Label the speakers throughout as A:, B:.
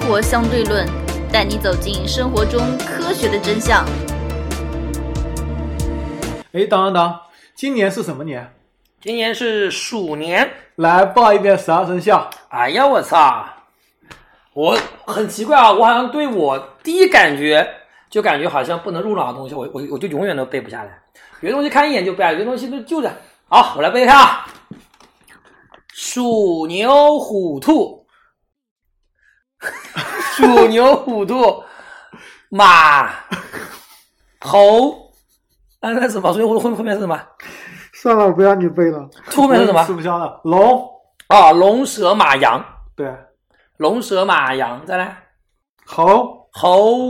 A: 活相对论，带你走进生活中科学的真相。
B: 哎，等等等，今年是什么年？
C: 今年是鼠年，
B: 来报一遍十二生肖。
C: 哎呀，我操！我很奇怪啊，我好像对我第一感觉就感觉好像不能入脑的东西，我我我就永远都背不下来。有些东西看一眼就背，有些东西都就着。好，我来背一下啊：鼠牛虎兔， 鼠牛虎兔，马猴，啊，那是什么？所以后后后面是什么？
D: 算了，不让你背了。
C: 兔后面是什么
B: 吃？不消了。龙，
C: 啊，龙蛇马羊，
B: 对，
C: 龙蛇马羊，再来
B: 猴，
C: 猴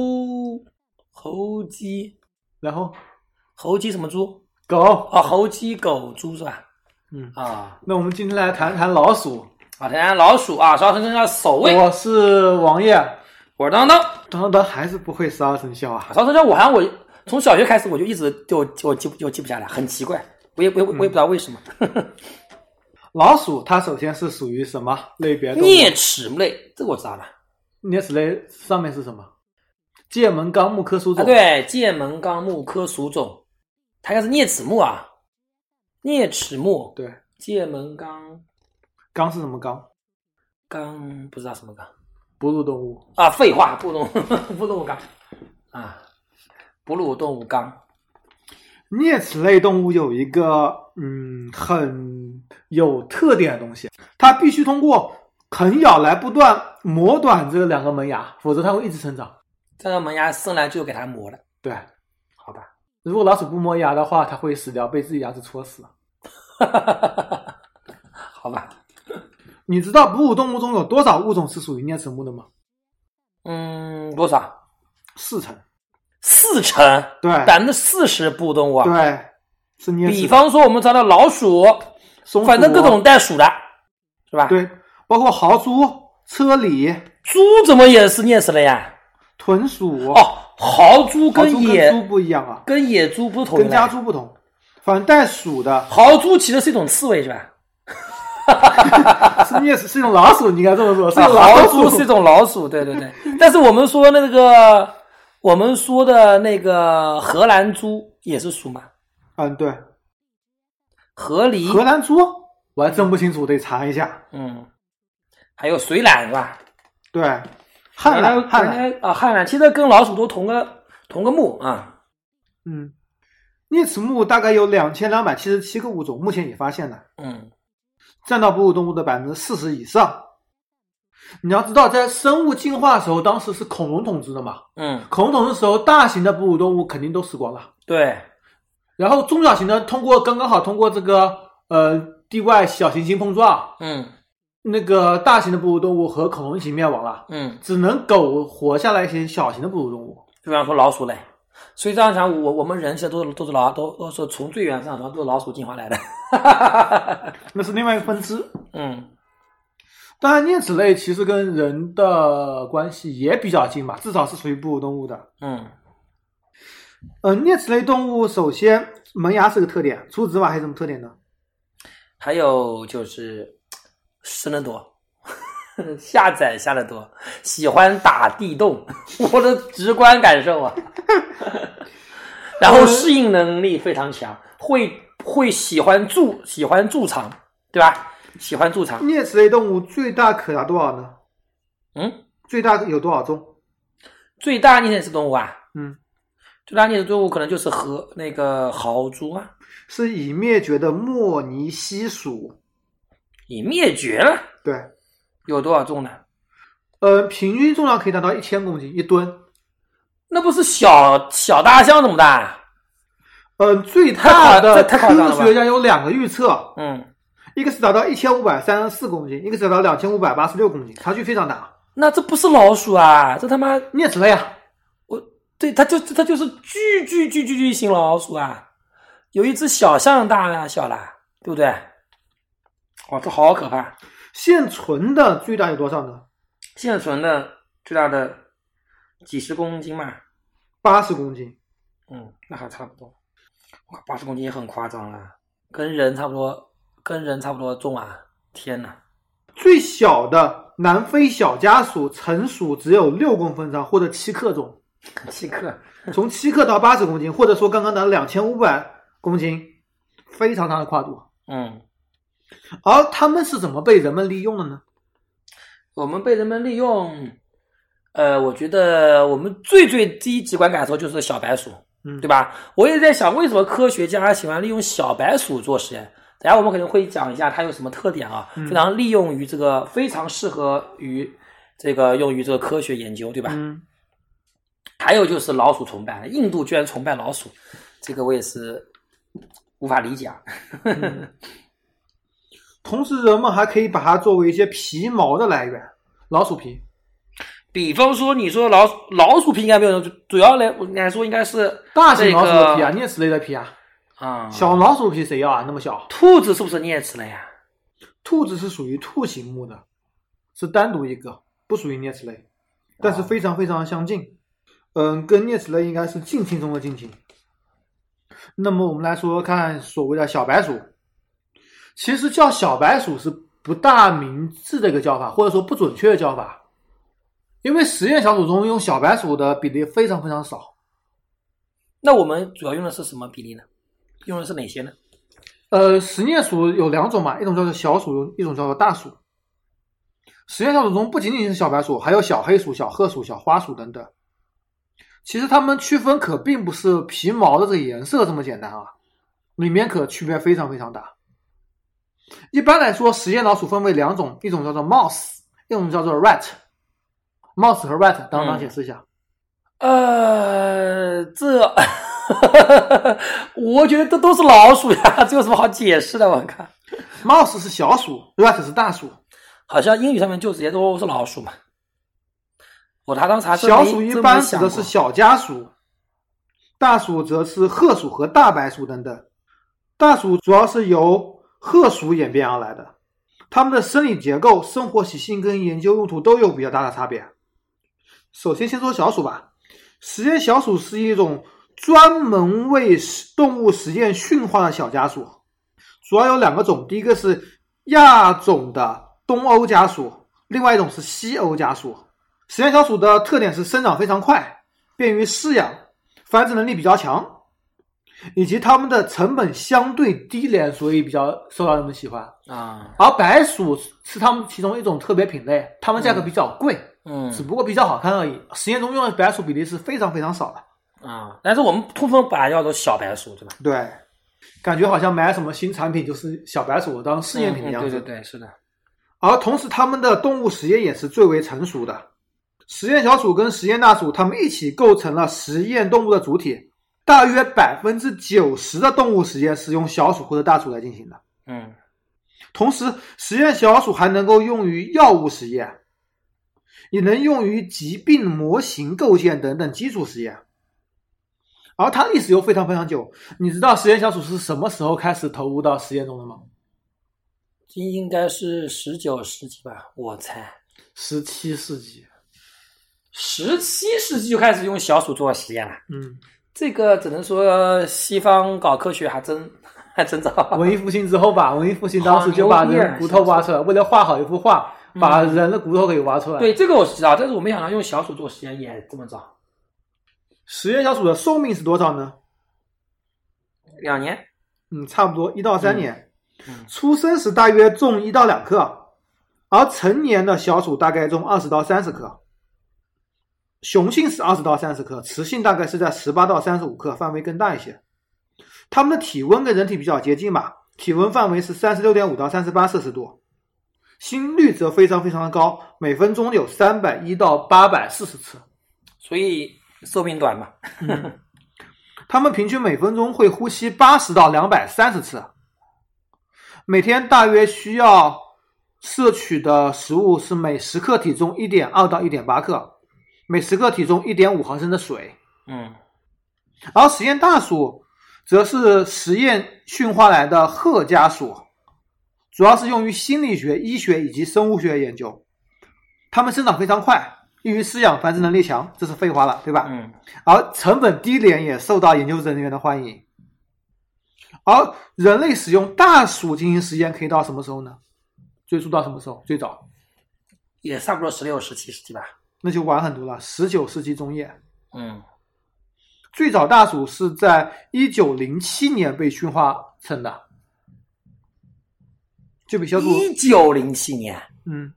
C: 猴鸡
B: 然后
C: 猴鸡什么猪？
B: 狗。
C: 哦，猴鸡狗猪是吧？
B: 嗯
C: 啊，
B: 那我们今天来谈谈老鼠。
C: 好，谈谈老鼠啊，十二生肖首位，
B: 我是王爷。
C: 我是当当，
B: 等等等，还是不会十二生肖啊？
C: 十二生肖我好像我从小学开始我就一直就就记不就记不下来，很奇怪，我也我也我也不知道为什么。
B: 老鼠它首先是属于什么类别动物？
C: 啮齿类，这个我知道了，
B: 啮齿类上面是什么？界门纲目科属
C: 啊，
B: 种。，
C: 对，界门纲目科属种，它应该是啮齿目啊，啮齿目，
B: 对，
C: 界门纲
B: 纲是什么纲？
C: 纲不知道什么纲。
B: 哺乳动物。
C: 啊，废话，不动 不动物纲啊，哺乳动物纲
B: 啮齿 E 类动物有一个嗯很有特点的东西，它必须通过啃咬来不断磨短这两个门牙，否则它会一直成长。
C: 这个门牙生来就给它磨了，
B: 对，
C: 好吧？
B: 如果老鼠不磨牙的话，它会死掉，被自己牙齿戳死。
C: 好吧，
B: 你知道哺乳动物中有多少物种是属于啮齿目的吗？
C: 嗯，多少？
B: 四成。
C: 四成，
B: 对
C: 百分之四十哺乳动物啊。
B: 对，是 E 啮齿。
C: 比方说，我们找到老鼠，
B: 松鼠啊
C: 反正各种带鼠的，是吧？，
B: 对，包括豪猪、车厘、
C: 猪怎么也是啮齿了呀？
B: 豚鼠。
C: 哦，，豪猪
B: 豪猪
C: 跟野
B: 猪不一样啊，
C: 跟野猪不是同一
B: 跟
C: 类
B: 家猪不同。反正带鼠的
C: 豪猪其实是一种刺猬，是吧？
B: 是啮齿，是一种老鼠，你应该这么说，是一
C: 啊，
B: 种老
C: 豪
B: 鼠。
C: 猪 是一种老鼠，对 对对。但是我们说那个，我们说的那个荷兰猪也是鼠嘛？
B: 嗯，对，
C: 河狸，
B: 荷兰猪我还真不清楚，得查一下。
C: 嗯，还有水懒是吧？
B: 对，汉
C: 原
B: 兰
C: 来
B: 汉
C: 原
B: 兰，
C: 来啊，汉懒其实跟老鼠都同个同个目啊。
B: 嗯，啮齿目大概有两千两百七十七个物种，目前已发现了，
C: 嗯，
B: 占到哺乳动物的百分之四十以上。你要知道，在生物进化的时候，当时是恐龙统治的嘛，
C: 嗯，
B: 恐龙统治的时候，大型的哺乳动物肯定都死光了。
C: 对，
B: 然后中小型的通过刚刚好通过这个呃地外小行星碰撞，
C: 嗯
B: 那个大型的哺乳动物和恐龙一起灭亡了，
C: 嗯，
B: 只能狗活下来一些小型的哺乳动物。
C: 比方说老鼠类。所以这样讲，我我们人现在都是都是老都都是从最原始上说都是老鼠进化来的。
B: 那是另外一个分支。
C: 嗯，
B: 当然，啮齿类其实跟人的关系也比较近吧，至少是属于哺乳动物的。
C: 嗯，
B: 呃，啮齿类动物首先门牙是个特点，除此之外还有什么特点呢？
C: 还有就是生的多， 下载下的多，喜欢打地洞， 我的直观感受啊。 然后适应能力非常强，会会喜欢驻喜欢驻场，对吧？喜欢驻场，
B: 啮齿类动物最大可达多少呢？
C: 嗯，
B: 最大有多少种？
C: 最大啮齿动物啊，
B: 嗯，
C: 最大啮齿动物可能就是和那个豪猪啊，
B: 是已灭绝的莫尼西属。
C: 已灭绝了，
B: 对，
C: 有多少重呢？
B: 呃，平均重量可以达到一千公斤，一吨。
C: 那不是小小大象这么大、啊？
B: 嗯、最
C: 太
B: 大
C: 夸这
B: 的
C: 太夸张了
B: 科
C: 吧
B: 学家有两个预测，
C: 嗯，
B: 一个是达到一千五百三十四公斤，一个是达到两千五百八十六公斤，差距非常大。
C: 那这不是老鼠啊，这他妈
B: 啮齿类啊，
C: 我对它就它就是巨巨巨巨巨型老鼠啊，有一只小象大啊小啦，对不对？哇，这好可怕！
B: 现存的最大有多少呢？
C: 现存的最大的几十公斤嘛，
B: 八十公斤。
C: 嗯，那还差不多。哇，八十公斤也很夸张了，啊跟人差不多，跟人差不多重啊！天哪，
B: 最小的南非小家鼠成鼠只有六公分长或者七克 重，
C: 七克，
B: 从七克到八十公斤，或者说刚刚的两千五百公斤，非常大的跨度。
C: 嗯，
B: 而它们是怎么被人们利用的呢？
C: 我们被人们利用，呃，我觉得我们最最第一直观感受就是小白鼠，
B: 嗯
C: 对吧？我也在想，为什么科学家喜欢利用小白鼠做实验？等下我们可能会讲一下它有什么特点啊，
B: 嗯
C: 非常利用于这个，非常适合于这个用于这个科学研究，对吧？
B: 嗯，
C: 还有就是老鼠崇拜，印度居然崇拜老鼠，这个我也是无法理解啊。
B: 同时人们还可以把它作为一些皮毛的来源，老鼠皮。
C: 比方说，你说老鼠老鼠皮应该没有人，主主要来来说应该是
B: 大型老鼠的皮啊，
C: 这
B: 啮齿类的皮啊，
C: 个啊、
B: 小老鼠皮谁要啊？那么小，
C: 兔子是不是啮齿类呀？
B: 兔子是属于兔形目的，是单独一个，不属于啮齿类，但是非常非常相近。嗯，跟啮齿类应该是近亲中的近亲。那么我们来说说看所谓的小白鼠，其实叫小白鼠是不大明智的一个叫法，或者说不准确的叫法，因为实验小组中用小白鼠的比例非常非常少。
C: 那我们主要用的是什么比例呢？用的是哪些呢？
B: 呃，实验鼠有两种嘛，一种叫做小鼠，一种叫做大鼠。实验小鼠中不仅仅是小白鼠，还有小黑鼠、小褐鼠、小花鼠等等。其实它们区分可并不是皮毛的这个颜色这么简单啊，里面可区别非常非常大。一般来说，实验老鼠分为两种，一种叫做 mouse，一种叫做 rat。mouse 和 rat，当当解释一下。
C: 呃，这 我觉得这都是老鼠呀， 这有什么好解释的？我看
B: mouse 是小鼠，rat 是大鼠。
C: 好像英语上面就直接都是老鼠嘛。我查当时还真
B: 小
C: 没
B: 鼠一
C: 真没
B: 般指的
C: 想
B: 是
C: 过
B: 小家鼠，大鼠则是褐鼠和大白鼠等等。大鼠主要是由褐鼠演变而来的，它们的生理结构、生活习性跟研究用途都有比较大的差别。首先，先说小鼠吧。实验小鼠是一种专门为实动物实验驯化的小家鼠，主要有两个种，第一个是亚种的东欧家鼠，另外一种是西欧家鼠。实验小鼠的特点是生长非常快，便于饲养，繁殖能力比较强，以及它们的成本相对低廉，所以比较受到人们喜欢。
C: 啊，
B: 而白鼠是它们其中一种特别品类，它们价格比较贵，
C: 嗯
B: 只不过比较好看而已。实验中用的白鼠比例是非常非常少的。
C: 啊，但是我们通通把它叫做小白鼠，对吧？
B: 对，感觉好像买什么新产品就是小白鼠当试验品的
C: 嗯嗯
B: 样子。
C: 对对对，是的。
B: 而同时，它们的动物实验也是最为成熟的。实验小鼠跟实验大鼠，它们一起构成了实验动物的主体。大约百分之九十的动物实验是用小鼠或者大鼠来进行的。
C: 嗯
B: 同时，实验小鼠还能够用于药物实验，也能用于疾病模型构建等等基础实验。而它历史又非常非常久，你知道实验小鼠是什么时候开始投入到实验中的吗？
C: 应该是十九世纪吧，我猜。
B: 十七世纪。
C: 十七世纪就开始用小鼠做实验了，
B: 嗯，
C: 这个只能说西方搞科学还真还真 早。
B: 文艺复兴之后吧，文艺复兴当时就把人骨头挖出来，为了画好一幅画，把人的骨头给挖出来。
C: 嗯对，，这个我知道，但是我没想到用小鼠做实验也这么早，
B: 实验小鼠的寿命是多少呢？
C: 两年。
B: 嗯，差不多一到三年。
C: 嗯
B: 出生时大约重一到两克，而成年的小鼠大概重二十到三十克。雄性是二十到三十克，雌性大概是在十八到三十五克，范围更大一些。它们的体温跟人体比较接近嘛，体温范围是三十六点五到三十八摄氏度，心率则非常非常的高，每分钟有三百一到八百四十次。
C: 所以寿命短嘛。
B: 它们平均每分钟会呼吸八十到两百三十次，每天大约需要摄取的食物是每十克体重一点二到一点八克，每十克体重一点五毫升的水。
C: 嗯
B: 而实验大鼠则是实验驯化来的褐家鼠，主要是用于心理学、医学以及生物学研究。它们生长非常快，易于饲养，繁殖能力强，这是废话了，对吧？
C: 嗯
B: 而成本低廉也受到研究人员的欢迎。而人类使用大鼠进行实验可以到什么时候呢？追溯到什么时候？最早
C: 也差不多十六、十七世纪吧。
B: 那就晚很多了，十九世纪中叶。
C: 嗯，
B: 最早大鼠是在一九零七年被驯化成的，就比小鼠
C: 一九零七年，
B: 嗯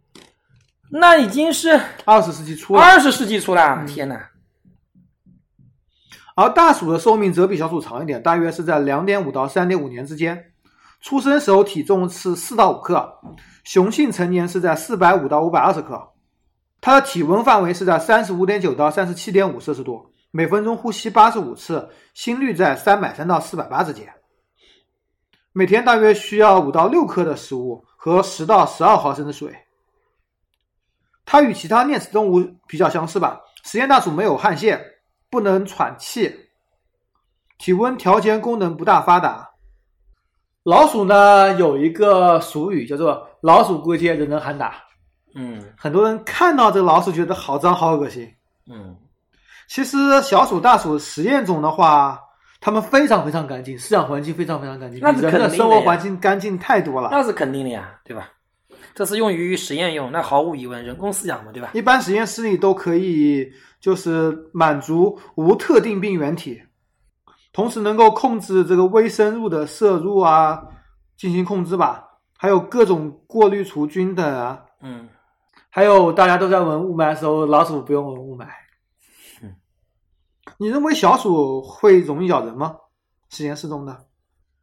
C: 那已经是
B: 二十世纪初了。嗯
C: 二十世纪初了。天哪！
B: 而大鼠的寿命则比小鼠长一点，大约是在两点五到三点五年之间。出生时候体重是四到五克，雄性成年是在四百五到五百二十克，它的体温范围是在三十五点九到三十七点五摄氏度，每分钟呼吸八十五次，心率在三百三到四百八之间。每天大约需要五到六克的食物和十到十二毫升的水。它与其他啮齿动物比较相似吧？实验大鼠没有汗腺，不能喘气，体温调节功能不大发达。老鼠呢有一个俗语叫做“老鼠过街人人喊打”，
C: 嗯
B: 很多人看到这个老鼠觉得好脏好恶心。
C: 嗯
B: 其实小鼠、大鼠实验种的话，它们非常非常干净，饲养环境非常非常干净，
C: 那
B: 比
C: 是
B: 人
C: 肯定
B: 的
C: 的
B: 生活
C: 呀
B: 环境干净太多了。
C: 那是肯定的呀，对吧？这是用于实验用，那毫无疑问，人工饲养嘛，对吧？
B: 一般实验室里都可以就是满足无特定病原体，同时能够控制这个微生物的摄入啊，进行控制吧，还有各种过滤除菌等啊，
C: 嗯，
B: 还有大家都在闻雾霾的时候，老鼠不用闻雾霾
C: 嗯。
B: 你认为小鼠会容易咬人吗？实验室中的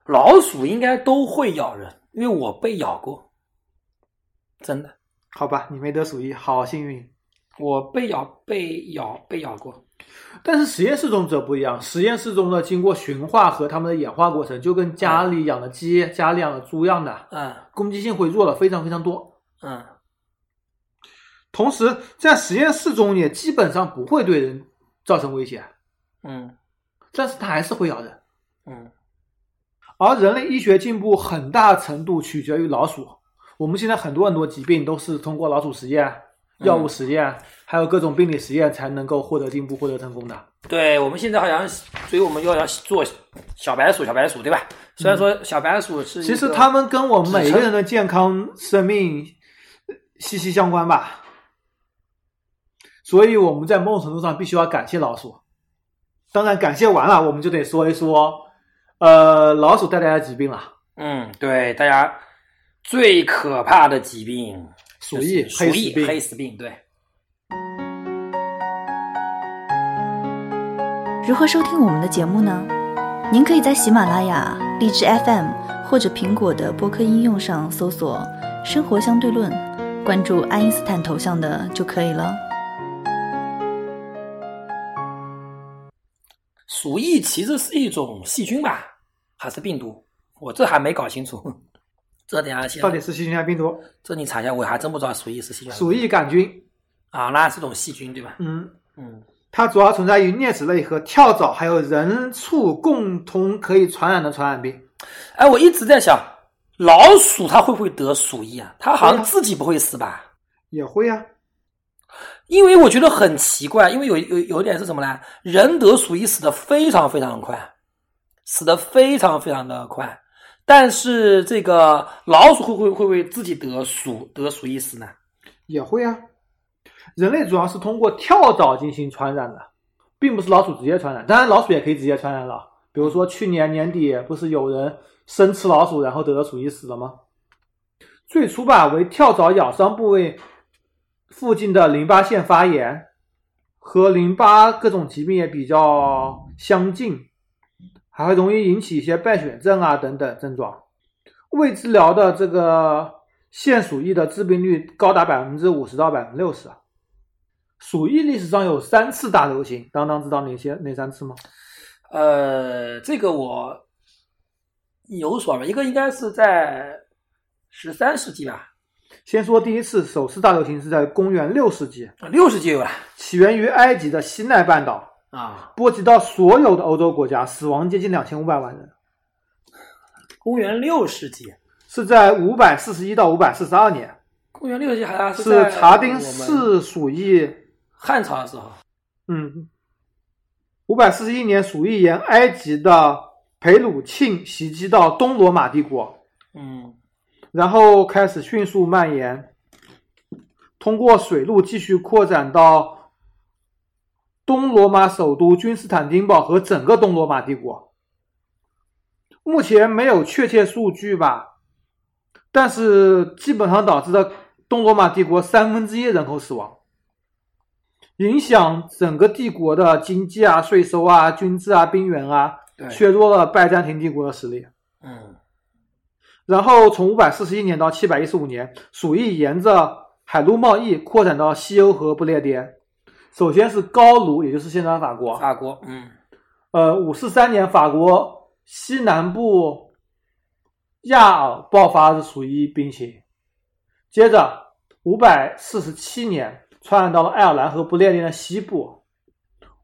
C: 老鼠应该都会咬人，因为我被咬过，真的，
B: 好吧，你没得鼠疫，好幸运。
C: 我被咬、被咬、被咬过。
B: 但是实验室中则不一样，实验室中的经过驯化和它们的演化过程，就跟家里养的鸡、家里养的猪一样的，
C: 嗯
B: 攻击性会弱了非常非常多。
C: 嗯
B: 同时，在实验室中也基本上不会对人造成威胁，
C: 嗯
B: 但是它还是会咬人。
C: 嗯
B: 而人类医学进步很大程度取决于老鼠，我们现在很多很多疾病都是通过老鼠实验、药物实验，还有各种病理实验才能够获得进步、获得成功的。
C: 对，我们现在好像，所以我们又要做小白鼠，小白鼠对吧？虽然说小白鼠是一
B: 嗯
C: 个，
B: 其实它们跟我们每一个人的健康、生命呃息息相关吧，所以我们在某种程度上必须要感谢老鼠。当然，感谢完了，我们就得说一说，呃，老鼠带来的疾病了，
C: 嗯，对大家最可怕的疾病，
B: 鼠疫、
C: 就是
B: 黑
C: 鼠
B: 死
C: 疫、
B: 病
C: 黑。死病，对，
A: 如何收听我们的节目呢？您可以在喜马拉雅、荔枝 FM 或者苹果的播客应用上搜索“生活相对论”，关注爱因斯坦头像的就可以了。
C: 鼠疫其实是一种细菌吧，还是病毒？我这还没搞清楚， 这等下先
B: 到，底是细菌性病毒、
C: 这你查一下，我还真不知道鼠疫是细菌还是
B: 鼠疫杆菌？
C: 啊，那是种细菌对吧？
B: 嗯，
C: 嗯
B: 它主要存在于啮齿类和跳蚤，还有人畜共同可以传染的传染病。
C: 哎，我一直在想，老鼠它会不会得鼠疫啊？它好像自己不会死吧？
B: 也会啊，
C: 因为我觉得很奇怪，因为有有有一点是什么呢？人得鼠疫死的非常非常快，死的非常非常的快。但是这个老鼠会不会会不会自己得鼠得鼠疫死呢？
B: 也会啊。人类主要是通过跳蚤进行传染的，并不是老鼠直接传染。当然，老鼠也可以直接传染了。比如说去年年底不是有人生吃老鼠，然后得了鼠疫死了吗？最初吧，为跳蚤咬伤部位附近的淋巴腺发炎，和淋巴各种疾病也比较相近，还会容易引起一些败血症啊等等症状。未治疗的这个腺鼠疫的致病率高达百分之五十到百分之六十。啊鼠疫历史上有三次大流行，当当知道哪些哪三次吗？
C: 呃，这个我有所闻，一个应该是在十三世纪吧，
B: 先说第一次，首次大流行是在公元六世纪，
C: 六世纪有了
B: 起源于埃及的西奈半岛，
C: 啊，
B: 波及到所有的欧洲国家，死亡接近两千五百万人，
C: 公元六世纪，
B: 是在五百四十一到五百四十二年，
C: 公元六世纪好像
B: 是
C: 在
B: 查丁
C: 我们
B: 氏鼠疫
C: 汉朝的时候，
B: 嗯，五百四十一年，鼠疫沿埃及的培鲁沁袭击到东罗马帝国，
C: 嗯
B: 然后开始迅速蔓延，通过水路继续扩展到东罗马首都君士坦丁堡和整个东罗马帝国。目前没有确切数据吧，但是基本上导致了东罗马帝国三分之一人口死亡，影响整个帝国的经济啊、税收啊、军制啊、兵源啊，
C: 对
B: 削弱了拜占庭帝国的实力。
C: 嗯
B: 然后从五百四十一年到七百一十五年，鼠疫沿着海陆贸易扩展到西欧和不列颠。首先是高卢，也就是现在的法国。
C: 法国，嗯
B: 呃，五四三年，法国西南部亚尔爆发鼠疫病情。接着，五百四十七年传染到了爱尔兰和不列颠的西部。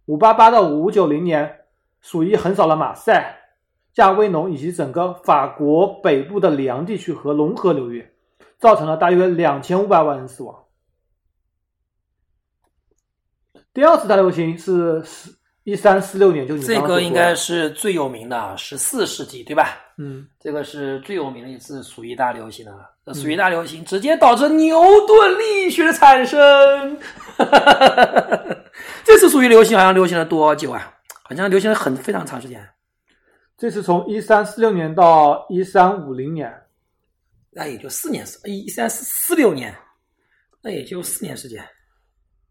B: 五八八到五九零年，鼠疫横扫了马赛、亚威农以及整个法国北部的里昂地区和龙河流域，造成了大约两千五百万人死亡。第二次大流行是十一三四六年，就你刚
C: 嗯这
B: 刚所
C: 个
B: 说
C: 应
B: 的
C: 该是最有名的，十四世纪对吧？
B: 嗯，
C: 这个是最有名的一次鼠疫大流行啊！这鼠疫大流行直接导致牛顿力学的产生。 这次鼠疫流行好像流行了多久啊？好像流行了很非常长时间。
B: 这是从一三四六年到一三五零年，
C: 那也就四年哎时，一三四四六年，那也就四年时间。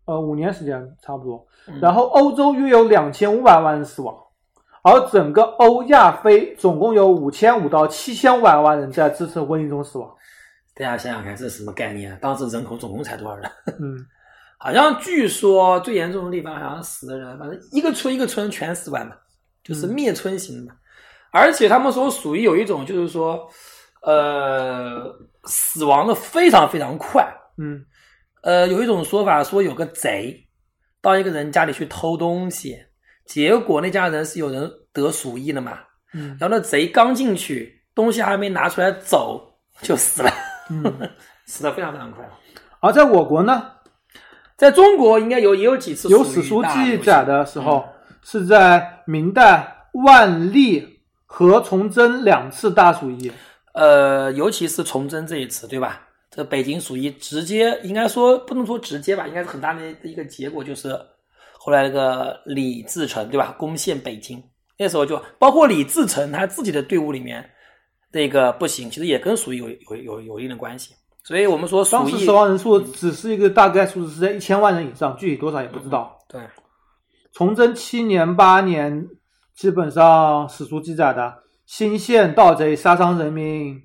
B: 呃，五年时间差不多。
C: 嗯
B: 然后欧洲约有两千五百万人死亡，而整个欧亚非总共有五千五到七千五百万人在这次瘟疫中死亡。
C: 大家想想看，这是什么概念啊？当时人口总共才多少人？
B: 嗯，
C: 好像据说最严重的地方好像死的人，反正一个村一个村全死完嘛，就是灭村型的嘛。而且他们说鼠疫有一种就是说，呃，死亡的非常非常快。
B: 嗯
C: 呃，有一种说法说有个贼到一个人家里去偷东西，结果那家人是有人得鼠疫的嘛，
B: 嗯
C: 然后那贼刚进去，东西还没拿出来走就死了，
B: 嗯。
C: 死的非常非常快。
B: 而在我国呢，
C: 在中国应该有也有几次
B: 有
C: 疫
B: 史书
C: 大流
B: 记
C: 行嗯
B: 载的时候，是在明代万历和崇祯两次大鼠疫。
C: 呃，尤其是崇祯这一次，对吧？这北京鼠疫直接应该说不能说直接吧，应该是很大的一个结果，就是后来那个李自成，对吧？攻陷北京，那时候就包括李自成他自己的队伍里面那个不行，其实也跟鼠疫有有有有一定的关系。所以我们说鼠
B: 当时
C: 疫嗯
B: 死亡人数只是一个大概数字，是在一千万人以上，具体多少也不知道。
C: 对，
B: 崇祯七年八年，基本上史书记载的新县盗贼杀伤人民，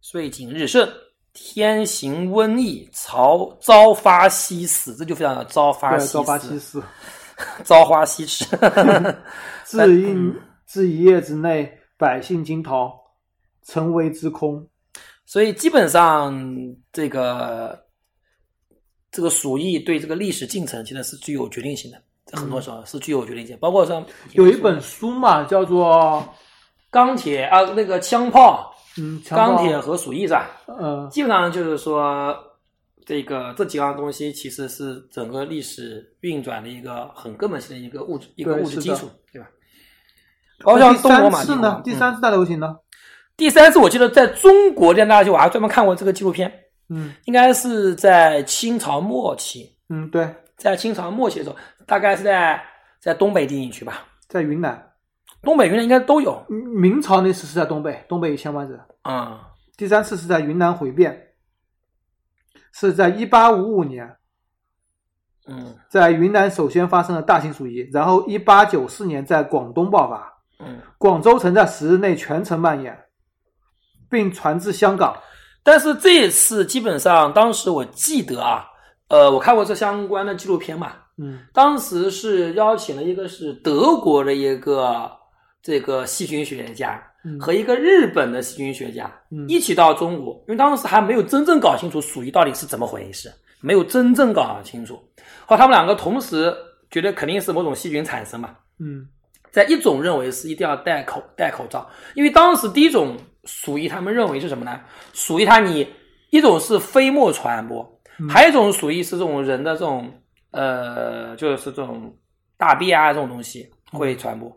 C: 岁景日盛，天行瘟疫，朝朝发夕死，这就非常的朝发
B: 对，
C: 夕
B: 朝
C: 死，
B: 八夕死，
C: 朝花夕拾。嗯
B: 自一自一夜之内，百姓惊逃，城为之空。
C: 所以基本上这个这个鼠疫对这个历史进程其实是具有决定性的，在很多时候是具有决定性，包括像
B: 有一本书嘛，叫做
C: 钢铁啊那个枪炮、
B: 嗯，强
C: 钢
B: 暴
C: 铁，和鼠疫是吧？
B: 呃，
C: 基本上就是说这个这几样东西其实是整个历史运转的一个很根本性的一个物质一个
B: 对
C: 物质
B: 是
C: 基
B: 的
C: 础，对吧？包括像
B: 第
C: 东罗马
B: 三
C: 帝
B: 次
C: 国
B: 呢
C: 嗯，
B: 第三次大流行呢，
C: 第三次我记得在中国电大学我还专门看过这个纪录片，
B: 嗯
C: 应该是在清朝末期。
B: 嗯，对，
C: 在清朝末期的时候，大概是在在东北地区吧，
B: 在云南，
C: 东北、云南应该都有。
B: 嗯明朝那次是在东北，东北一千万人，
C: 嗯，
B: 第三次是在云南回变，是在一八五五年，
C: 嗯
B: 在云南首先发生了大型鼠疫，然后一八九四年在广东爆发，
C: 嗯。
B: 广州城在十日内全城蔓延，并传至香港。
C: 但是这一次基本上，当时我记得啊，呃，我看过这相关的纪录片嘛，
B: 嗯
C: 当时是邀请了一个是德国的一个这个细菌学家
B: 嗯
C: 和一个日本的细菌学家
B: 嗯
C: 一起到中国，因为当时还没有真正搞清楚鼠疫到底是怎么回事，没有真正搞清楚。后来他们两个同时觉得肯定是某种细菌产生嘛，
B: 嗯
C: 在一种认为是一定要戴口戴口罩，因为当时第一种鼠疫，他们认为是什么呢？鼠疫它你一种是飞沫传播，
B: 嗯
C: 还有一种鼠疫是这种人的这种呃，就是这种大便啊这种东西
B: 嗯
C: 会传播。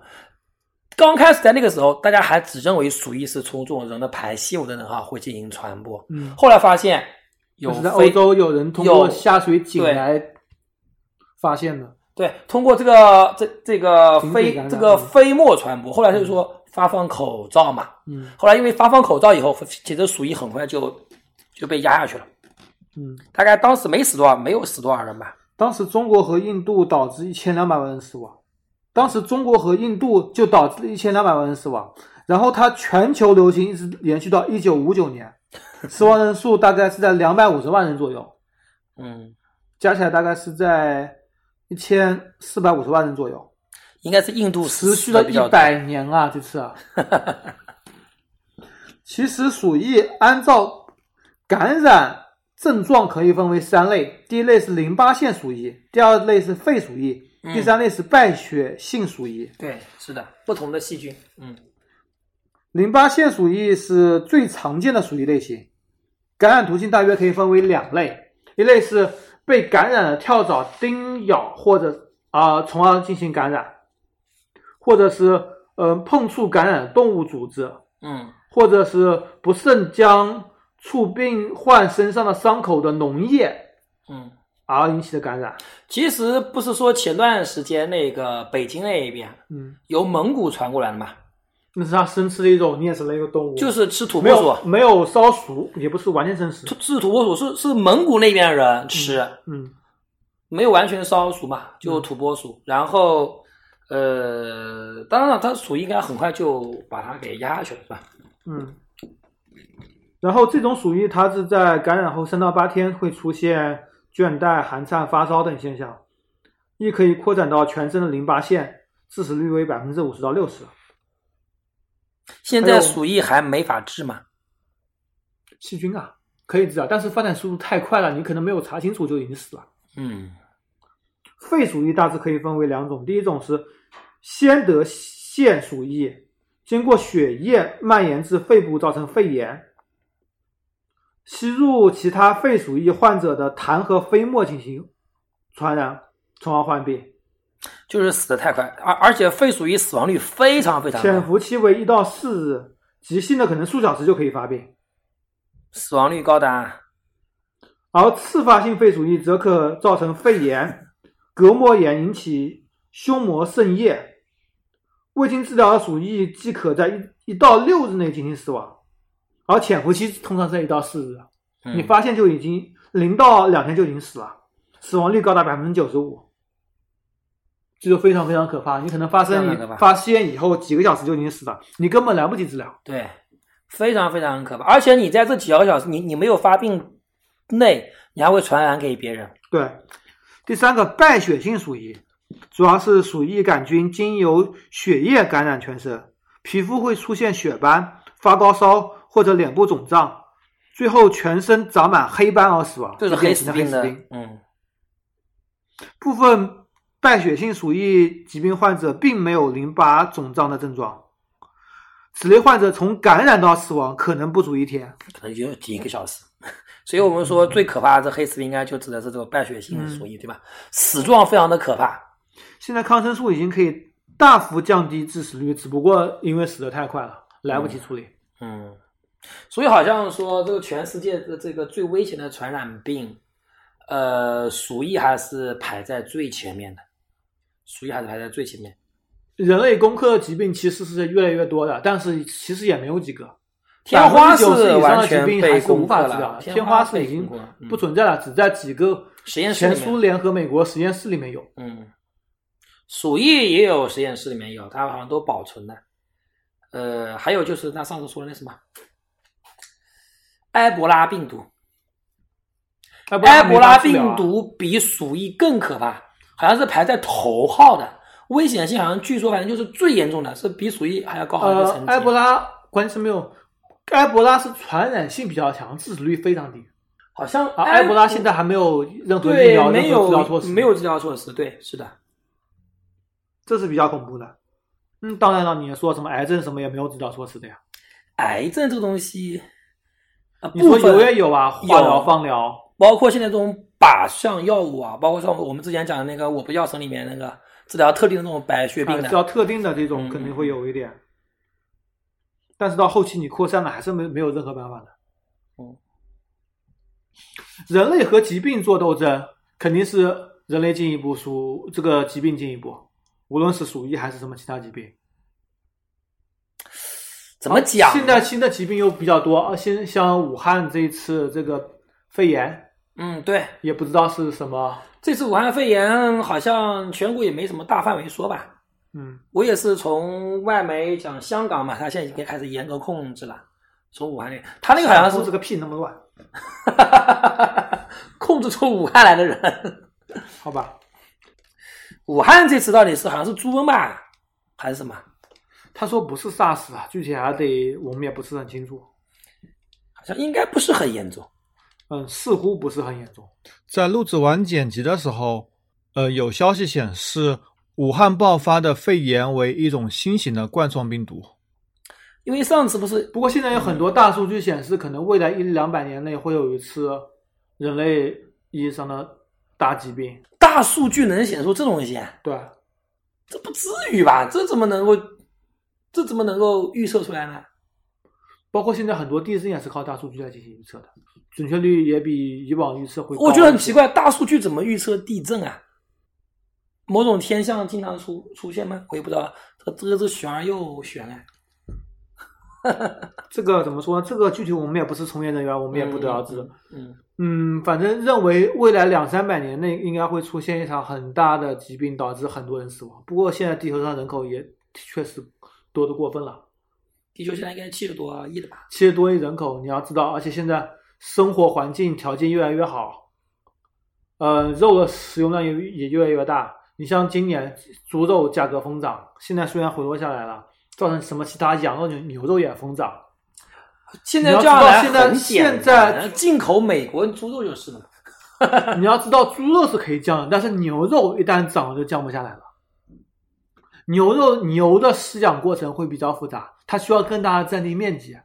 C: 刚开始在那个时候，大家还只认为鼠疫是从这种人的排泄物的人啊会进行传播，
B: 嗯
C: 后来发现有
B: 是在欧
C: 非
B: 洲有人通过
C: 有
B: 下水井
C: 对
B: 来发现的。
C: 对，通过这个这这个
B: 群体
C: 飞
B: 感染
C: 这个
B: 嗯
C: 飞沫传播，后来就是说发放口罩嘛，
B: 嗯
C: 后来因为发放口罩以后，其实鼠疫很快就就被压下去了，
B: 嗯，
C: 大概当时没死多少，没有死多少人吧，
B: 当时中国和印度导致一千两百万人死亡，当时中国和印度就导致了一千两百万人死亡，然后它全球流行一直延续到一九五九年，死亡人数大概是在两百五十万人左右，
C: 嗯，
B: 加起来大概是在一千四百五十万人左右，
C: 应该是印度
B: 持续
C: 的
B: 了
C: 比
B: 一
C: 较多，
B: 百年啊，这次 啊。其实鼠疫按照感染症状可以分为三类，第一类是淋巴腺鼠疫，第二类是肺鼠疫，
C: 嗯
B: 第三类是败血性鼠疫。
C: 对，是的，不同的细菌，嗯，
B: 淋巴腺鼠疫是最常见的鼠疫类型，感染途径大约可以分为两类，一类是被感染的跳蚤叮咬或者啊、从而进行感染，或者是呃碰触感染的动物组织，
C: 嗯
B: 或者是不慎将触病患身上的伤口的脓液
C: 嗯。
B: 而引起的感染。
C: 其实不是说前段时间那个北京那一边
B: 嗯，
C: 由蒙古传过来的嘛，
B: 那是它生吃的一种啮齿类的动物，
C: 就是吃土
B: 没
C: 拨鼠
B: 有，嗯没有烧熟，也不是完全生食。
C: 土是土拨鼠是是蒙古那边的人吃，
B: 嗯。
C: 没有完全烧熟嘛，就土拨鼠。然后，呃，当然了，它鼠疫应该很快就把它给压下去了，是吧？
B: 嗯，然后这种鼠疫它是在感染后三到八天会出现倦怠、寒颤、发烧等现象，亦可以扩展到全身的淋巴腺，致死率为百分之五十到六十。
C: 现
B: 还
C: 在
B: 有
C: 鼠疫还没法治嘛？
B: 细菌啊，可以治疗，但是发展速度太快了，你可能没有查清楚就已经死了。
C: 嗯
B: 肺鼠疫大致可以分为两种，第一种是先得腺鼠疫，经过血液蔓延至肺部，造成肺炎，吸入其他肺鼠疫患者的痰和飞沫进行传染，从而患病。
C: 就是死的太快，而而且肺鼠疫死亡率非常非常
B: 潜
C: 高，
B: 伏期为一到四日，急性的可能数小时就可以发病，
C: 死亡率高达
B: 而次发性肺鼠疫则可造成肺炎、隔膜炎，引起胸膜渗液。未经治疗的鼠疫即可在一一到六日内进行死亡，而潜伏期通常在一到四日。啊
C: 嗯
B: 你发现就已经零到两天就已经死了，死亡率高达百分之九十五，这就非常非常可怕。你可能发
C: 非
B: 生
C: 常
B: 以
C: 可怕
B: 发现以后几个小时就已经死了，你根本来不及治疗。
C: 对，非常非常可怕。而且你在这几个小时，你你没有发病内，你还会传染给别人。
B: 对，第三个败血性鼠疫，主要是鼠疫杆菌经由血液感染全身，皮肤会出现血斑、发高烧或者脸部肿胀，最后全身长满黑斑而死亡，
C: 就是
B: 典
C: 黑
B: 型
C: 死
B: 的黑
C: 的
B: 死病。，
C: 嗯，
B: 部分败血性鼠疫疾病患者并没有淋巴肿胀的症状，此类患者从感染到死亡可能不足一天。
C: 可能就几个小时。 所以我们说最可怕的黑死病，应该就指的是这个败血性鼠疫，对吧？死状非常的可怕。
B: 现在抗生素已经可以大幅降低致死率，只不过因为死得太快了，来不及处理。
C: 嗯，所以好像说这个全世界的这个最危险的传染病，呃，鼠疫还是排在最前面的，鼠疫还是排在最前面。
B: 人类攻克的疾病其实是越来越多的，但是其实也没有几个。
C: 天花是
B: 90%以上
C: 完
B: 的
C: 全
B: 疾病
C: 被
B: 还是
C: 攻
B: 无
C: 克
B: 法治疗
C: 了，
B: 的，
C: 天
B: 天
C: 花
B: 是已
C: 被攻
B: 经
C: 克了嗯
B: 不存在了，只在几个
C: 实验室
B: 前
C: 里面
B: 苏联和美国实验室里面有。
C: 嗯，鼠疫也有实验室里面有，它好像都保存的。呃，还有就是那上次说的那什么，埃博拉病毒，
B: 埃博
C: 埃博拉
B: 没法治疗
C: 病
B: 啊
C: 毒比鼠疫更可怕，好像是排在头号的，危险性好像据说反正就是最严重的，是比鼠疫还要高好几个
B: 呃
C: 层，级。
B: 埃博拉关键是没有，埃博拉是传染性比较强，致死率非常低。
C: 好像
B: 而啊埃博拉现在还没有任何疫
C: 对
B: 苗、
C: 没
B: 任何治疗措
C: 有
B: 施，
C: 没有，治疗措施，对，是的，
B: 这是比较恐怖的。嗯，当然了，你也说什么癌症什么也没有治疗措施的呀。
C: 癌症这个东西，啊，
B: 你说
C: 部分
B: 有也有啊，化疗、
C: 有
B: 放疗，
C: 包括现在这种靶向药物啊，包括像我们之前讲的那个《我不药神》里面那个治疗特定的那种白血病
B: 啊
C: 的，
B: 治疗特定的这
C: 嗯
B: 种肯定会有一点，
C: 哦
B: 但是到后期你扩散了还是没没有任何办法的。
C: 嗯，
B: 人类和疾病做斗争，肯定是人类进一步属这个疾病进一步，无论是鼠疫还是什么其他疾病。
C: 怎么讲？
B: 啊现在新的疾病又比较多，呃现像武汉这一次这个肺炎，
C: 嗯，对，
B: 也不知道是什么，
C: 这次武汉肺炎好像全国也没什么大范围说吧。
B: 嗯，
C: 我也是从外媒讲香港嘛，他现在已经开始严格控制了。从武汉那，他那个好像
B: 控制
C: 是
B: 个屁那么乱，
C: 控制出武汉来的人。
B: 好吧？
C: 武汉这次到底是好像是猪瘟吧，还是什么？
B: 他说不是 SARS 啊，具体还得我们也不是很清楚，
C: 好像应该不是很严重。
B: 嗯，似乎不是很严重。
E: 在录制完剪辑的时候，呃，有消息显示，武汉爆发的肺炎为一种新型的冠状病毒。
C: 因为上次不是
B: 不过现在有很多大数据显示，可能未来一两百年内会有一次人类意义上的大疾病。
C: 大数据能显出这种东西啊，
B: 对，
C: 这不至于吧？这怎么能够，这怎么能够预测出来呢？
B: 包括现在很多地震也是靠大数据来进行预测的，准确率也比以往预测会高。
C: 我觉得很奇，怪，大数据怎么预测地震啊？某种天象经常出出现吗？我也不知道，这这个这玄而又玄啊！
B: 这个怎么说呢？这个具体我们也不是从业人员，我们也不得而知。
C: 嗯，
B: 嗯，反正认为未来两三百年内应该会出现一场很大的疾病，导致很多人死亡。不过现在地球上人口也确实多得过分了，
C: 地球现在应该七十多亿了吧？
B: 七十多亿人口，你要知道，而且现在生活环境条件越来越好，呃，肉的使用量也也越来越大。你像今年猪肉价格疯涨，现在虽然回落下来了，造成什么其他羊肉、牛牛肉也疯涨。
C: 现在这样来
B: 你要知道
C: 很
B: 现在
C: 简单进口美国猪肉就是了 嘛。
B: 你要知道，猪肉是可以降的，但是牛肉一旦涨了就降不下来了。牛肉牛的饲养过程会比较复杂，它需要更大的占地面积，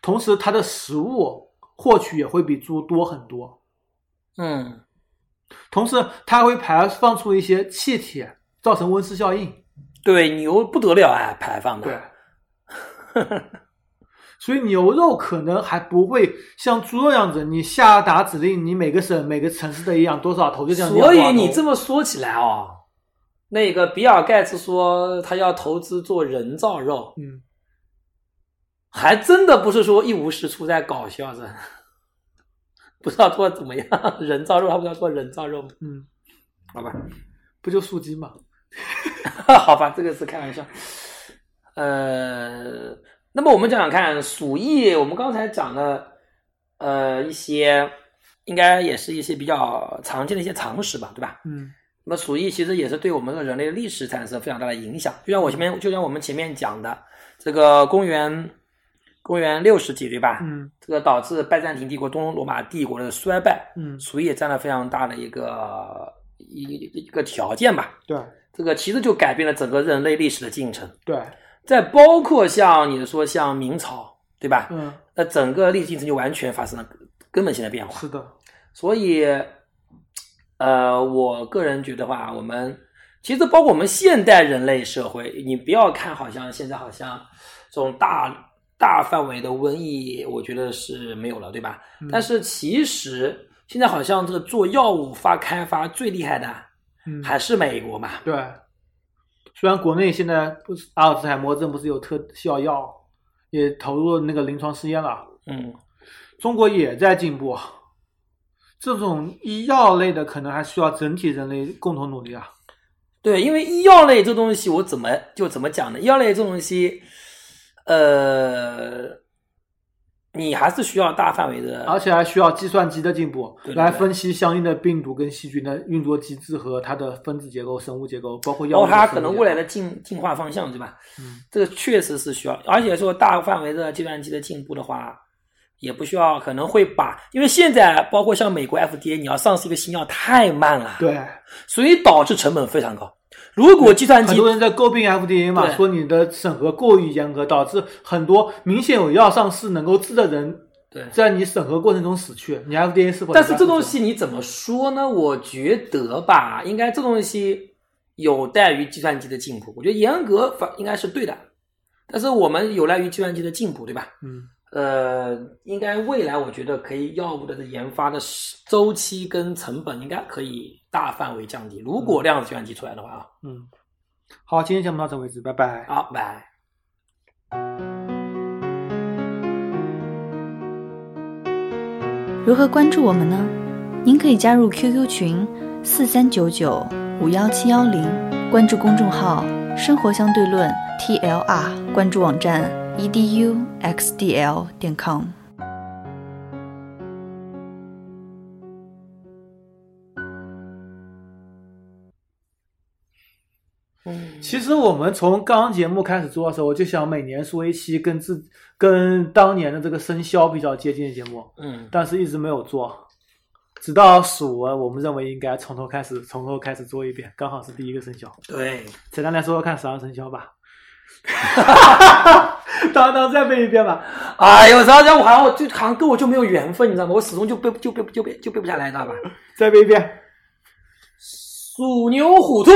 B: 同时它的食物获取也会比猪多很多，
C: 嗯，
B: 同时它会排放出一些气体，造成温室效应。
C: 对，牛不得了啊，排放的。
B: 对，所以牛肉可能还不会像猪肉这样子，你下达指令，你每个省每个城市的一样多少头就这样。
C: 所以你这
B: 么
C: 么说起来哦，那个比尔盖茨说他要投资做人造肉，
B: 嗯。
C: 还真的不是说一无是处在搞笑着， 不知道做怎么样人造肉，他不是要做人造肉吗？
B: 嗯，
C: 好吧，
B: 不就素鸡嘛？
C: 好吧，这个是开玩笑。呃，那么我们讲讲看，鼠疫，我们刚才讲了，呃，一些应该也是一些比较常见的一些常识吧，对吧？
B: 嗯
C: 那么鼠疫其实也是对我们的人类历史产生非常大的影响，就像我前面，就像我们前面讲的，这个公元公元六世纪对吧？
B: 嗯
C: 这个导致拜占庭帝国、东罗马帝国的衰败，
B: 嗯，
C: 鼠疫也占了非常大的一个一一一个条件吧。
B: 对
C: 这个其实就改变了整个人类历史的进程，
B: 对，
C: 再包括像你说像明朝，对吧？
B: 嗯，
C: 那整个历史进程就完全发生了根本性的变化。
B: 是的，
C: 所以，呃，我个人觉得话，我们其实包括我们现代人类社会，你不要看好像现在好像这种大大范围的瘟疫，我觉得是没有了，对吧？
B: 嗯
C: 但是其实现在好像这个做药物发开发最厉害的
B: 嗯，
C: 还是美国嘛，
B: 对。虽然国内现在不是阿尔茨海默症不是有特效药，也投入那个临床试验了，
C: 嗯，
B: 中国也在进步。这种医药类的可能还需要整体人类共同努力啊。
C: 对，因为医药类这东西，我怎么就怎么讲呢？医药类这东西，呃，你还是需要大范围的，
B: 而且还需要计算机的进步
C: 对对
B: 来分析相应的病毒跟细菌的运作机制和它的分子结构、生物结构，包括药
C: 包
B: 物
C: 括
B: 的生物结构。
C: 它可能未来的进进化方向，对吧？
B: 嗯，
C: 这个确实是需要，而且说大范围的计算机的进步的话，也不需要，可能会把，因为现在包括像美国 FDA，你要上市一个新药太慢了，，
B: 对，
C: 所以导致成本非常高。如果计算
B: 很
C: 机
B: 多人在诟病 FDA 嘛，
C: 对
B: 说你的审核过于严格，导致很多明显有药上市能够治的人，
C: 对
B: 在你审核过程中死去。你 FDA 是否？
C: 但是这东，西你怎么说呢？我觉得吧，应该这东西有待于计算机的进步。我觉得严格反应该是对的，但是我们有赖于计算机的进步，对吧？
B: 嗯，
C: 呃，应该未来我觉得可以药物的研发的时周期跟成本应该可以大范围降低。如果量子计算机出来的话啊，
B: 嗯，好，今天节目到此为止，拜拜。
C: 好，拜。
A: 如何关注我们呢？您可以加入 QQ 群四三九九五幺七幺零，关注公众号“生活相对论 ”TLR，关注网站 E eduxdl 点 com。
B: 其实我们从刚刚节目开始做的时候，我就想每年说一期跟自跟当年的这个生肖比较接近的节目，
C: 嗯，
B: 但是一直没有做，直到鼠文，我们认为应该从头开始，从头开始做一遍，刚好是第一个生肖。
C: 对，
B: 简单来说说看十二生肖吧。 当当再背一遍吧。
C: 哎呦，然后然后我好像我就好像跟我就没有缘分，你知道吗？我始终就背就背就背就背不下来，你 知道吧？
B: 再背一遍。
C: 鼠牛虎兔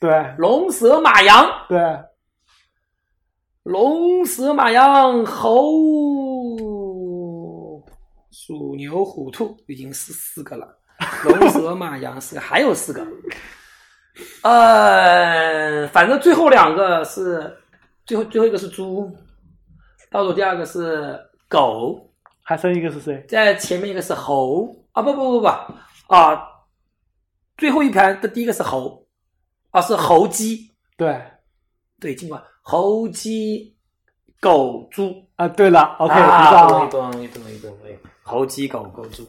B: 对
C: 龙蛇马羊，
B: 对，
C: 龙蛇马羊猴，鼠牛虎兔已经是四个了，龙蛇马羊四个，还有四个。呃，反正最后两个是最后最后一个是猪，倒数第二个是狗，
B: 还剩一个是谁？
C: 在前面一个是猴啊，不不不不啊，最后一盘的第一个是猴啊，是猴鸡，
B: 对
C: 对，尽管猴鸡狗猪
B: 啊，对了，OK，鼓
C: 啊
B: 掌、
C: 我一懂，我一懂，我一懂，我一懂，猴鸡狗狗猪。